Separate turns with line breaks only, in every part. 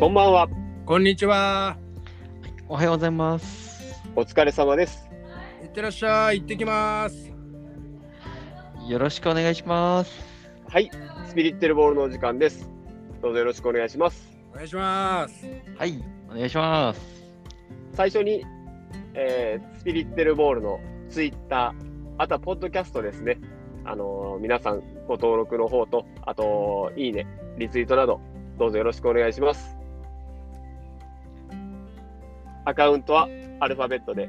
こんばんは。
こんにちは。
おはようございます。
お疲れ様です。
いってらっしゃい。行ってきます。
よろしくお願いします。
はい、スピリッテルボールのお時間です。どうぞよろしくお願いします。
お願いします。
はい、お願いします。
最初に、えースピリッテルボールのツイッター、あとはポッドキャストですね。あのー皆さんご登録の方と、あと、いいね、リツイートなど、どうぞよろしくお願いします。アカウントはアルファベットで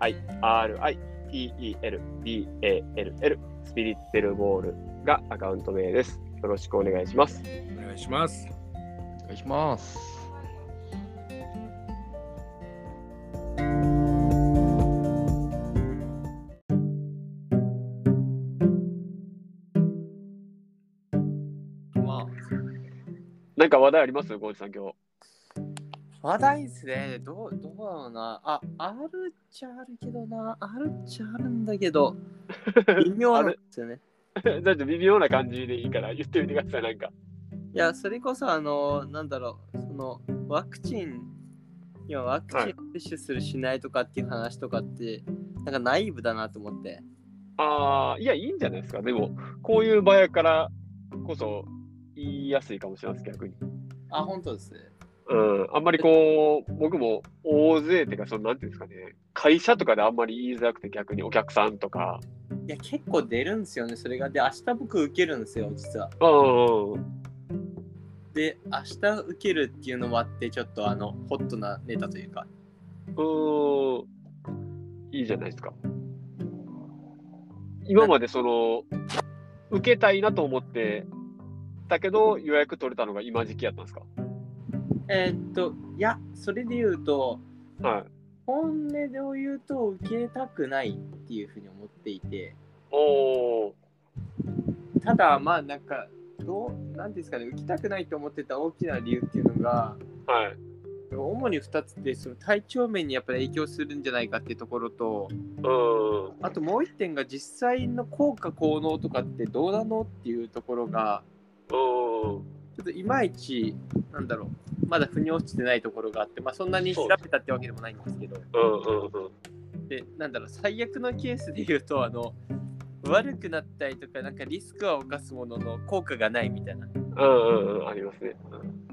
SPIRITELBALL スピリッテルボールがアカウント名です。よろしくお願いします。
お願いします。
お願いします。ま
なんか話題ありますゴージさん今日。
あ、話題ですね。どう、どうだろうな。あ、あるっちゃあるけどな。あるっちゃあるんだけ ど、微妙なんですよね。
だって微妙な感じでいいから言ってみてください、なんか。
いや、それこそ、あの、なんだろう、その、ワクチン、今、ワクチ
はい
ン接種する、しないとかっていう話とかって、なんかナイーブだなと思って。
ああ、いや、いいんじゃないですか。でも、こういう場やからこそ言いやすいかもしれないです、逆に。
あ、本当です。
うん、あんまりこう、僕も大勢っていうか、そのなんていうんですかね、会社とかであんまり言いづらくて、逆にお客さんとか。
いや、結構出るんですよね、それが。で、明日僕受けるんですよ、実は。
うん、
で、明日受けるっていうのもあって、ちょっと、あの、ホットなネタというか。
うん、いいじゃないですか。今までその、受けたいなと思って、だけど予約取れたのが今時期やったんですか
えーっと、いや、それで言うと、
はい。
本音で言うと、受けたくないっていうふうに思っていて。
おお、
ただまあなんかどうなんていうんですかね受けたくないと思ってた大きな理由っていうのが
はい。
主に2つでその体調面にやっぱり影響するんじゃないかっていうところと
うん。
あともう一点が実際の効果効能とかってどうなのっていうところが
う
ちょっといまいちなんだろうまだ腑に落ちてないところがあってまあそんなに調べたってわけでもないんですけど
ん。うん。うん。うん。
でなんだろう最悪のケースで言うとあの悪くなったりとかなんかリスクは犯すものの効果がないみたいな
うん。うん。ありますね。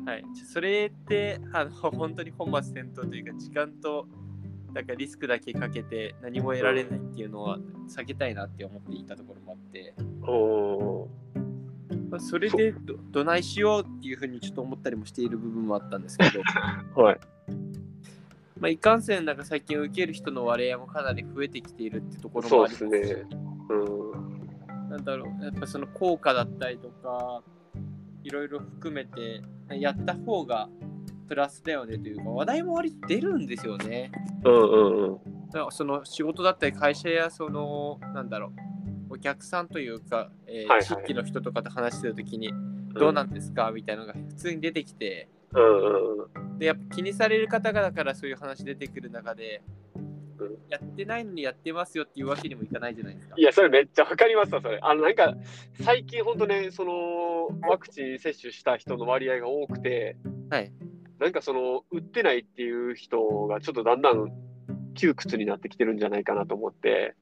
はい、ちょそれってあの 本当に本末転倒というか時間となんかリスクだけかけて何も得られないっていうのは避けたいなって思っていたところもあって、
おお
まあ、それでどどないしようっていうふうにちょっと思ったりもしている部分もあったんで すけど
ー。はい。
まあいかんせんなんか最近受ける人の割合もかなり増えてきているってところも
そ
あ
う
り
で
ますす
ね
し。
うん。
なんだろうやっぱその効果だったりとかいろいろ含めてやった方がプラスだよねというか話題も割と出るんですよね。
うん。うん。うん。
だからその仕事だったり会社やそのなんだろうお客さんというか、
は
えー
いはい
地域の人とかと話してるときにどうなんですかみたいなのが普通に出てきて
うん。うん。
でやっぱ気にされる方がだからそういう話出てくる中で
うん
やってないのにやってますよっていうわけにもいかないじゃないですか
い。や、それめっちゃわかりますわ、それ。あの、なんか、最近本当ね、その、ワクチン接種した人の割合が多くて、
はい。
なんかその、打ってないっていう人が、ちょっとだんだん窮屈になってきてるんじゃないかなと思って、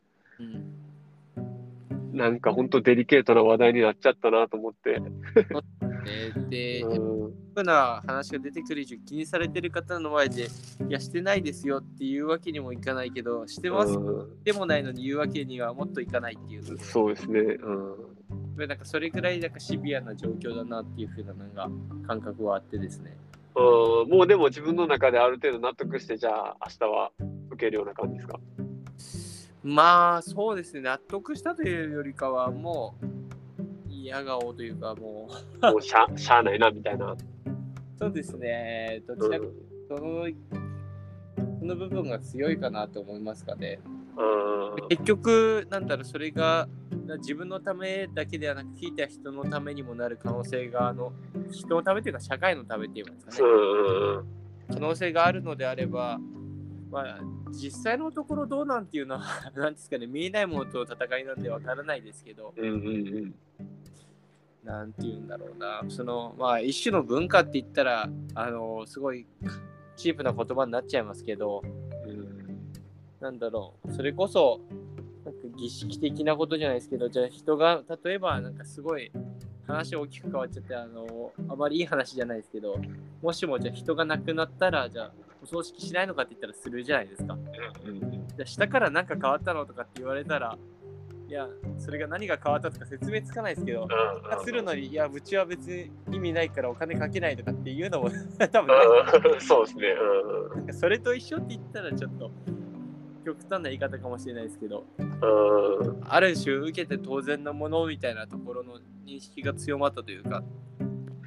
うん、
なんか本当デリケートな話題になっちゃったなと思って。うん。
ででやっぱそういうふうな話が出てくる以上気にされてる方の前でいやしてないですよっていうわけにもいかないけどしてますよ
うん
でもないのに言うわけにはもっといかないっていうので
そうですね。うん。
なんかそれぐらいなんかシビアな状況だなっていうふうななんか感覚はあってですね。
うんもうでも自分の中である程度納得して、じゃあ明日は受けるような感じです か。
まあそうですね、納得したというよりかはもう嫌顔というかもう、
もうしゃしゃあないなみたいな。
そうですね、ど
う
ち
ん
らかその、その部分が強いかなと思いますかね。
うん
結局、なんだろう、それが自分のためだけではなく、聞いた人のためにもなる可能性が、あの人のためというか、社会のためっていうんですかね。
うん
可能性があるのであれば、まあ、実際のところどうなんていうのは なんですかね見えないものとの戦いなんでわからないですけど
うんうんうんうん
なんて言うんだろうな、その、まあ、一種の文化って言ったら、あの、すごいチープな言葉になっちゃいますけど、うん、なんだろう、それこそ、なんか儀式的なことじゃないですけど、じゃあ人が、例えば、なんかすごい、話大きく変わっちゃって、あの、あまりいい話じゃないですけど、もしもじゃあ人が亡くなったら、じゃあ、お葬式しないのかって言ったらするじゃないですか。じゃあ下から何か変わったのとかって言われたら、いや、それが何が変わったとか説明つかないですけど、するのに、いや、うちは別に意味ないからお金かけないとかっていうのも 多分ない
うんそうですね。
なんかそれと一緒って言ったらちょっと極端な言い方かもしれないですけど、
うん。うん。
ある種受けて当然なものみたいなところの認識が強まったというか、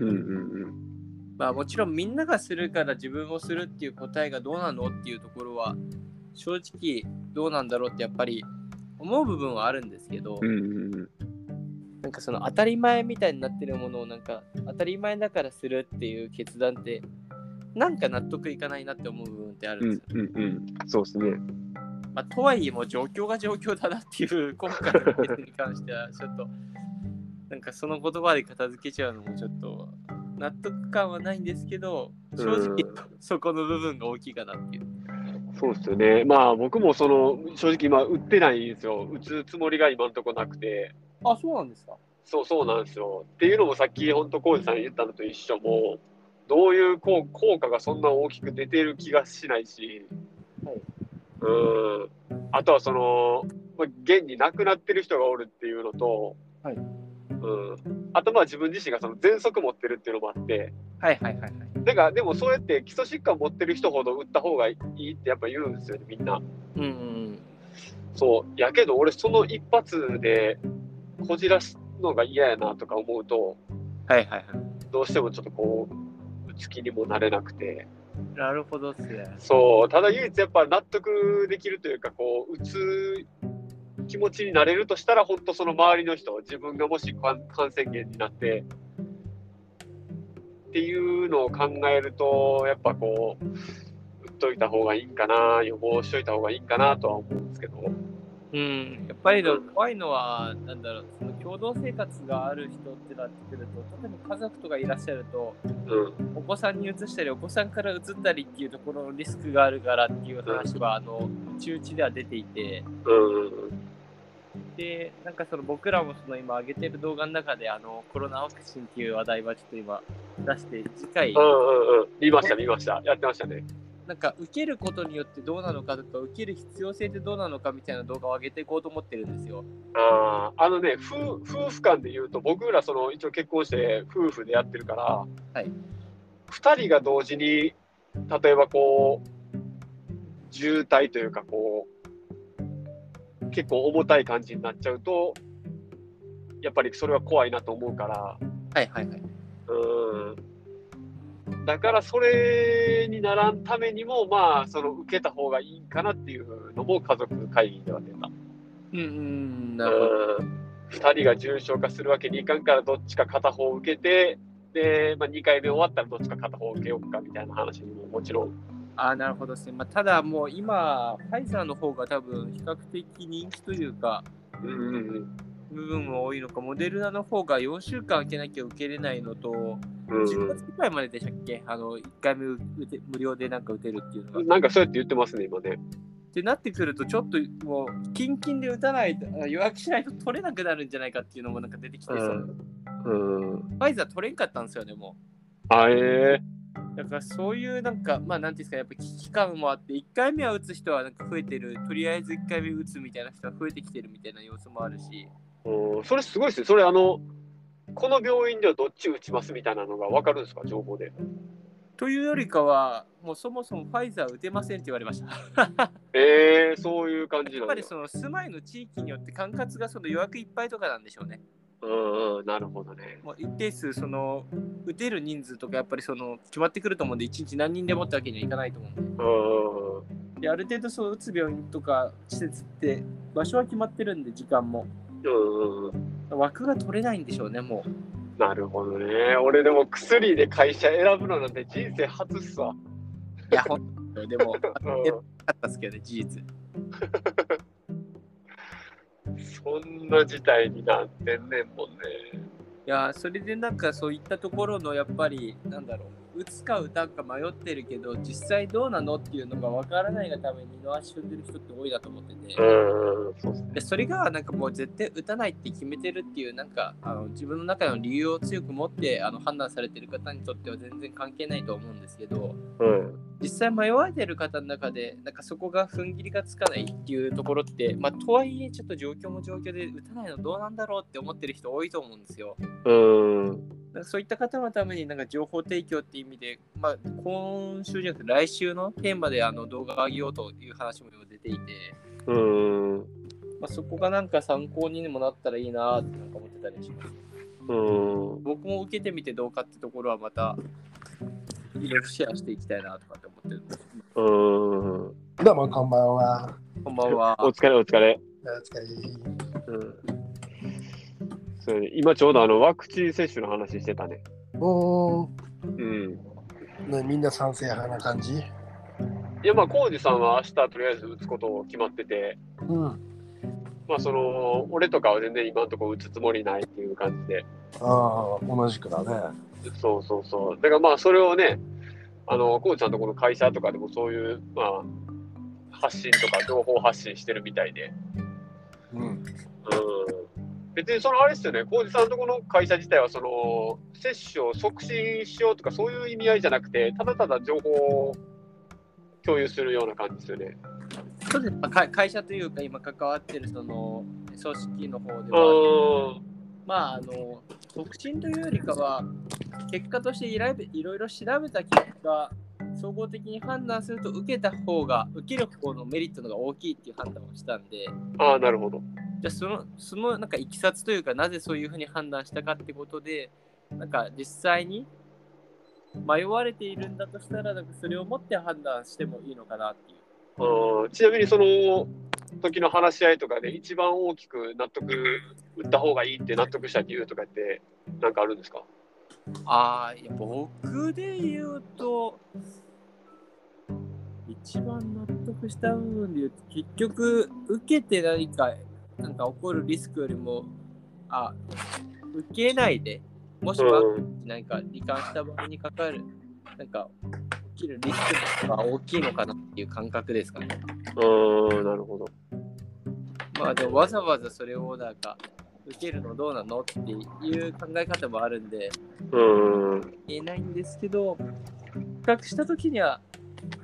うんうん
まあもちろんみんながするから自分もするっていう答えがどうなのっていうところは正直どうなんだろうってやっぱり思う部分はあるんですけど、
うん。うんうん
なんかその当たり前みたいになってるものをなんか当たり前だからするっていう決断ってなんか納得いかないなって思う部分ってある
うんん
ですよ。
うんうん。そうですね。
まあ、とはいえもう状況が状況だなっていう今回の決定に関してはちょっとなんかその言葉で片付けちゃうのもちょっと納得感はないんですけど正
うん
直そこの部分が大きいかなっていう。
そうですよね。まあ僕もその正直今売ってないんですよ。打つつもりが今のところなくて。
あそうなんですか
そうそうなんですよ。っていうのもさっき本当浩二さん言ったのと一緒もうどういう効効果がそんな大きく出てる気がしないし。
はいう
ーん。あとはその、まあ、現に亡くなってる人がおるっていうのと、
はい
うん、あとまあ自分自身がその喘息持ってるっていうのもあって、
はいはいはいはい。
だからでもそうやって基礎疾患持ってる人ほど打った方がいいってやっぱ言うんですよねみんな
うんうん
そうやけど俺その一発でこじらすのが嫌やなとか思うと
はいはいはい。
どうしてもちょっとこう打つ気にもなれなくて
なるほどっすね。
そうただ唯一やっぱ納得できるというかこう打つ気持ちになれるとしたら本当その周りの人自分がもし感感染源になってっていうのを考えるとやっぱこう打っといた方がいいんかな予防しといた方がいいんかなとは思うんですけど
うん、やっぱりでも怖いのは、なんだろう、その共同生活がある人ってなってくると、特に家族とかいらっしゃると、
うん
お子さんにうつしたり、お子さんからうつったりっていうところのリスクがあるからっていう話は、あの、中々では出ていて、
うん
で、なんかその僕らもその今上げてる動画の中で、あの、コロナワクチンっていう話題はちょっと今出して、次回
う、んうんうん見ました見ましたやってましたね
なんか受けることによってどうなのかとか、受ける必要性ってどうなのかみたいな動画を上げていこうと思ってるんですよ。
あーあのね夫夫婦間で言うと僕らその一応結婚して夫婦でやってるから、
はい
2人が同時に例えばこう渋滞というかこう結構重たい感じになっちゃうとやっぱりそれは怖いなと思うから
はいはいはい。
うんだからそれにならんためにもまあその受けた方がいいんかなっていうのも家族会議では出た。
うんうん、なるほど。
2人が重症化するわけにいかんからどっちか片方受けてで、まあ、2回目終わったらどっちか片方受けようかみたいな話にももちろん
ああ、なるほどですね。まあ、ただもう今、ファイザーの方が多分比較的人気というか、
うんうん
部分も多いのか、モデルナの方が4週間空けなきゃ受けれないのと、
うん
10月くらいまででしたっけあの、1回目打て無料でなんか打てるっていうのが。
うん、
っ
なんかそうやって言ってますね今ね
てなってくると、ちょっともう、キンキンで打たないと、あ予約しないと取れなくなるんじゃないかっていうのもなんか出てきてそう、
うん、うん、
ファイザー取れんかったんですよね、もう。
あえ
だからそういうなんか、まあなんていうんですか、やっぱ危機感もあって、1回目は打つ人はなんか増えてる、とりあえず1回目打つみたいな人は増えてきてるみたいな様子もあるし、
ーうん、それすごいですねそれあのこの病院ではどっち打ちますみたいなのが分かるんですか情報で
というよりかは、もうそもそもファイザー打てませんって言われました。
えー、そういう感じな
や
ん
っ
だ
ぱりその住まいの地域によって管轄がその予約いっぱいとかなんでしょうね。
うんうんなるほどね
もう一定数、その打てる人数とかやっぱりその決まってくると思うんで、1日何人でもってわけにはいかないと思うんで。
うんうん
である程度その打つ病院とか施設って場所は決まってるんで、時間も。
うんうん
枠が取れないんでしょうね、もう。
なるほどね。俺でも薬で会社選ぶのなんて人生初っすわ。
いや、ほんとで も、あ
う
や
ん、
ったっすけどね、事実。
そんな事態になってんねんもんね。
いやーそれでなんかそういったところのやっぱりなんだろう打つか打たんか迷ってるけど実際どうなのっていうのがわからないがために二の足踏んでる人って多いなと思ってて、
うん、そうですね。
でそれがなんかもう絶対打たないって決めてるっていうなんかあの自分の中の理由を強く持ってあの判断されてる方にとっては全然関係ないと思うんですけど
うん、
実際迷われてる方の中でなんかそこが踏ん切りがつかないっていうところってまあとはいえちょっと状況も状況で打たないのどうなんだろうって思ってる人多いと思うんですよ。
うん、
だからそういった方のためになんか情報提供っていう意味で、まあ、今週じゃなくて来週のテーマであの動画を上げようという話も出ていて。
うん、
まあ、そこがなんか参考にもなったらいいなーってなんか思ってたりします。
うん、
僕も受けてみてどうかってところはまたいろいろシェアしていきたいなとかって思ってるんです。
うん。
どうもこんばんは。
こんばんは。
お疲れ、お疲れ。
お疲れ。
うん。それ今ちょうどあのワクチン接種の話してたね。
おー
うん。
ね、みんな賛成派な感じ
いやまあ浩二さんは明日とりあえず打つことを決まってて、
うん。あ
まあその俺とかは全然今のところ打つつもりないっていう感じで。
あ、同じくだね。
そうそうそう。だからまあそれをね、あの浩二さんのこの会社とかでもそういうまあ発信とか情報発信してるみたいで。
うん。
うん。別にそのあれですよね、浩二さんのとこの会社自体はその接種を促進しようとかそういう意味合いじゃなくて、ただただ情報を共有するような感じですよね。
そうですまあか会社というか今関わってるその組織の方では、
うん。
まああの、促進というよりかは、結果としていらいいろいろ調べた結果、総合的に判断すると受けた方が、受ける方のメリットの方が大きいっていう判断をしたんで、
ああ、なるほど。
じゃあそのそのなんかいきさつというかなぜそういうふうに判断したかってことでなんか実際に迷われているんだとしたらなんかそれをもって判断してもいいのかなっていう。
うんちなみにその時の話し合いとかで一番大きく納得打った方がいいって納得した理由とかってなんかあるんですか
ああいや僕で言うと一番納得した部分で言うと結局受けて何かなんか起こるリスクよりもあ受けないでもしワク
うん
なんか罹患した場合にかかる、なんか起きるリスクが大きいのかなっていう感覚ですかね。
うんなるほど。
まあでもわざわざそれをなんか受けるのどうなのっていう考え方もあるんで
うん
言えないんですけど、比較した時には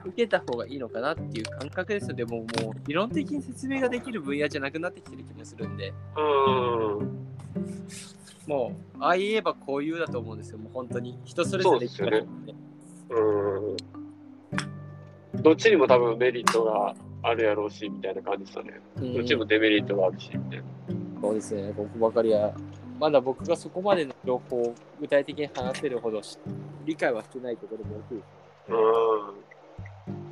受けた方がいいのかなっていう感覚ですので、もうもう理論的に説明ができる分野じゃなくなってきてる気もするんで、
うん
もうああ言えばこう言うだと思うんですよ、もう本当に人それ
そ
ぞれ
うですよね
違と思うんで
うんどっちにも多分メリットがあるやろうしみたいな感じですよね。
うん
どっちにもデメリットがあるしみたいな。
そうですね、僕ばかりは、まだ僕がそこまでの情報を具体的に話せるほどし理解はしてないところも多く、
うん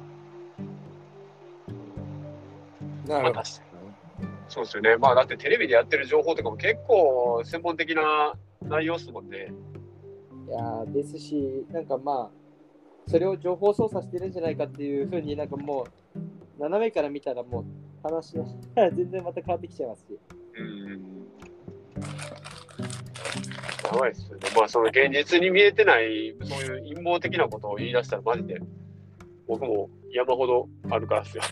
な
まあ
るほど。
確かにそうですよね。まあだってテレビでやってる情報とかも結構専門的な内容ですもんね。
いやーですし、なんかまあ、それを情報操作してるんじゃないかっていうふうになんかもう、斜めから見たらもう、話の 全然また変わってきちゃいますし。
うんやばいっすよね。まあその現実に見えてないそういう陰謀的なことを言い出したらマジで僕も山ほどあるからっすよ。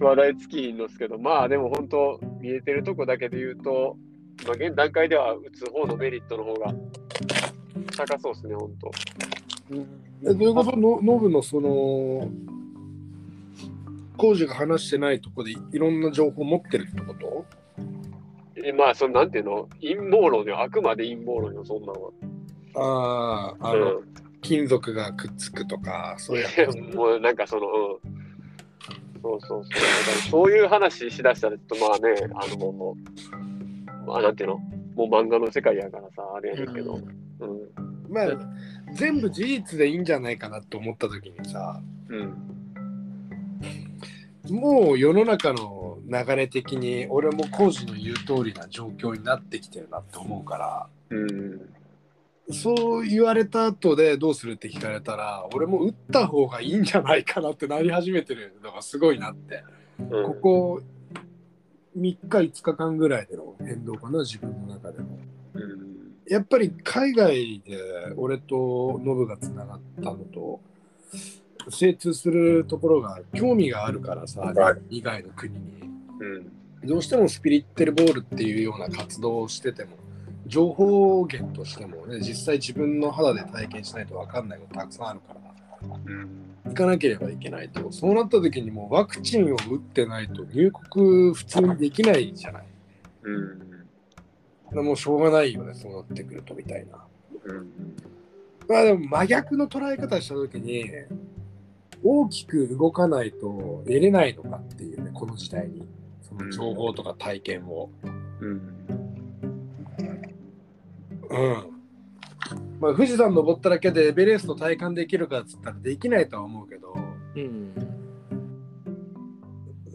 話題尽きんですけどまあでも本当見えてるとこだけで言うと、まあ、現段階では打つ方のメリットの方が高そうですね本当。
うん
えどういうことのノブのその工事が話してないとこでいろんな情報持ってるってこと
えまあそのなんていうの陰謀論よあくまで陰謀論よそんなのは。
あああの、金属がくっつくとかそういう 話
うん、もうなんかその、うん、そうそうそうだからそういう話しだしたらちょっとまあねあのもうまあなんていうのもう漫画の世界やからさあれやねんけど、うん
まあ全部事実でいいんじゃないかなと思った時にさ
うん
もう世の中の流れ的に俺も工事の言う通りな状況になってきてるなって思うから
うん
そう言われた後でどうするって聞かれたら俺も打った方がいいんじゃないかなってなり始めてるのがすごいなって
うん
ここ3日5日間ぐらいでの変動かな自分の中でも
うん
やっぱり海外で俺とノブがつながったのと精通するところが興味があるからさ、
はい
以外の国に
うん
どうしてもスピリッテルボールっていうような活動をしてても情報源としてもね実際自分の肌で体験しないと分かんないことたくさんあるから
うん
行かなければいけないとそうなった時にもうワクチンを打ってないと入国普通にできないじゃない
うん
これもうしょうがないよねそうなってくるとみたいな
うん
まあでも真逆の捉え方した時に大きく動かないと得れないのかっていうねこの時代にその情報とか体験を。
うん
うんまあ、富士山登っただけでエベレスト体感できるかっつったらできないとは思うけど
うん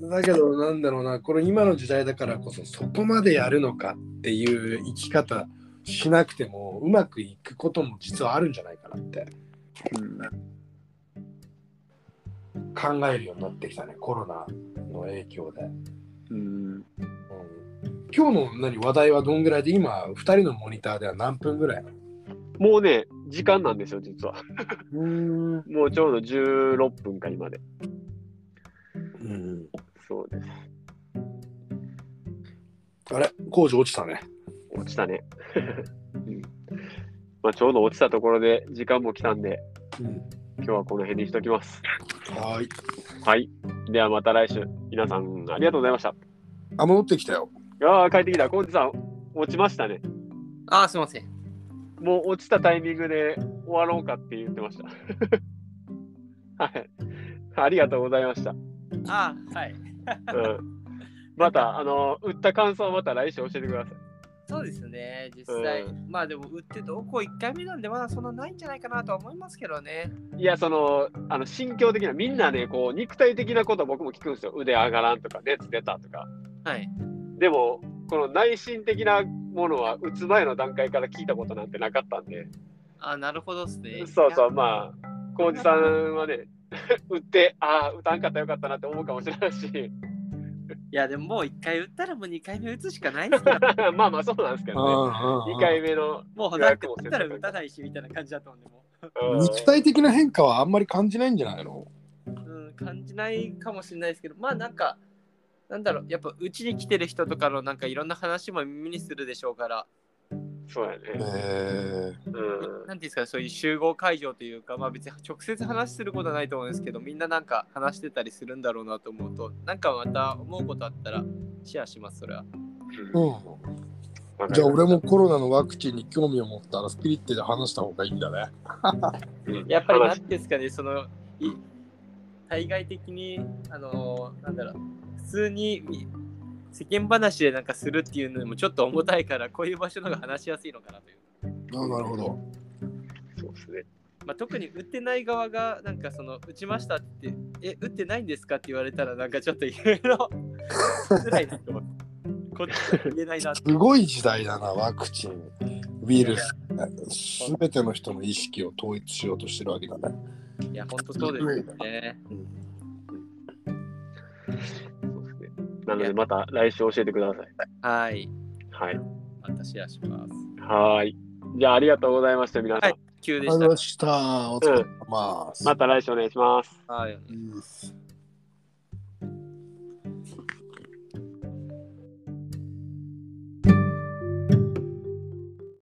だけどなんだろうなこれ今の時代だからこそそこまでやるのかっていう生き方しなくてもうまくいくことも実はあるんじゃないかなって考えるようになってきたねコロナの影響で、
うん
うん、今日の何話題はどんぐらいで今2人のモニターでは何分ぐらいなの
もうね、時間なんですよ、実は。
うん
もうちょうど16分か、今で。
うん
そうです。
あれ工事落ちたね
落ちたね。まあ、ちょうど落ちたところで時間も来たんで、
うん
今日はこの辺にしときます。
はーい
はい。ではまた来週。皆さん、ありがとうございました。
あ戻ってきたよ
ああ、帰ってきた。コンジさん、落ちましたね。
あーすいません
もう落ちたタイミングで終わろうかって言ってました。 はい。ありがとうございました。
あーはい
うん、また、あの、売った感想はまた来週教えてください。
そうですね実際、
う
まあでも売ってどこ1回目なんでまだそんなないんじゃないかなとは思いますけどね
いや、その、あの、心境的な、みんなね、こう、肉体的なこと僕も聞くんですよ。腕上がらんとか、熱出たとか。
はい
でも、この内心的なものは、打つ前の段階から聞いたことなんてなかったんで、
あーなるほどですね
そうそう、
い
まあ、浩二さんはね、打って、ああ、打たんかったらよかったなって思うかもしれないし、
やいやでももう1回売ったらもう2回目打つしかないですから
まあまあ、そうなんですけどね。2
2
回目の、
もう
いや
なんか打ったら打たないしみたいな感じだと思うんでも
うん
肉体的な変化はあんまり感じないんじゃないの
う、うん、感じないかもしれないですけどまあなんかなんだろうやっぱうちに来てる人とかのなんかいろんな話も耳にするでしょうから
そうやね。
え
うん
なんていうんですかねそういう集合会場というか、まあ、別に直接話することはないと思うんですけどみんななんか話してたりするんだろうなと思うとなんかまた思うことあったらシェアしますそれは
うん、
わかりました
じゃあ俺もコロナのワクチンに興味を持ったらスピリットで話した方がいいんだね。
やっぱり
話
なんていうんですかねそのい対外的にあのーなんだろう普通にみ世間話でなんかするっていうのもちょっと重たいからこういう場所の方が話しやすいのかなという、
あなるほど。
そうですね。
まあ、特に打ってない側がなんかその打ちましたってえ打ってないんですかって言われたらなんかちょっといろいろつらいですけどこっちは言えないなって
すごい時代だな、ワクチン、ウイルス、すべての人の意識を統一しようとしてるわけだね。
いや本当そうですよね
そうですね。なので、また来週教えてください。
はい
はい。
またシェアします
はーい。じゃあ、ありがとうございました、皆さん。
急
あ
で
りがとう
し
ございました。お疲れ様です。
また来週お願いします。
たはい
うん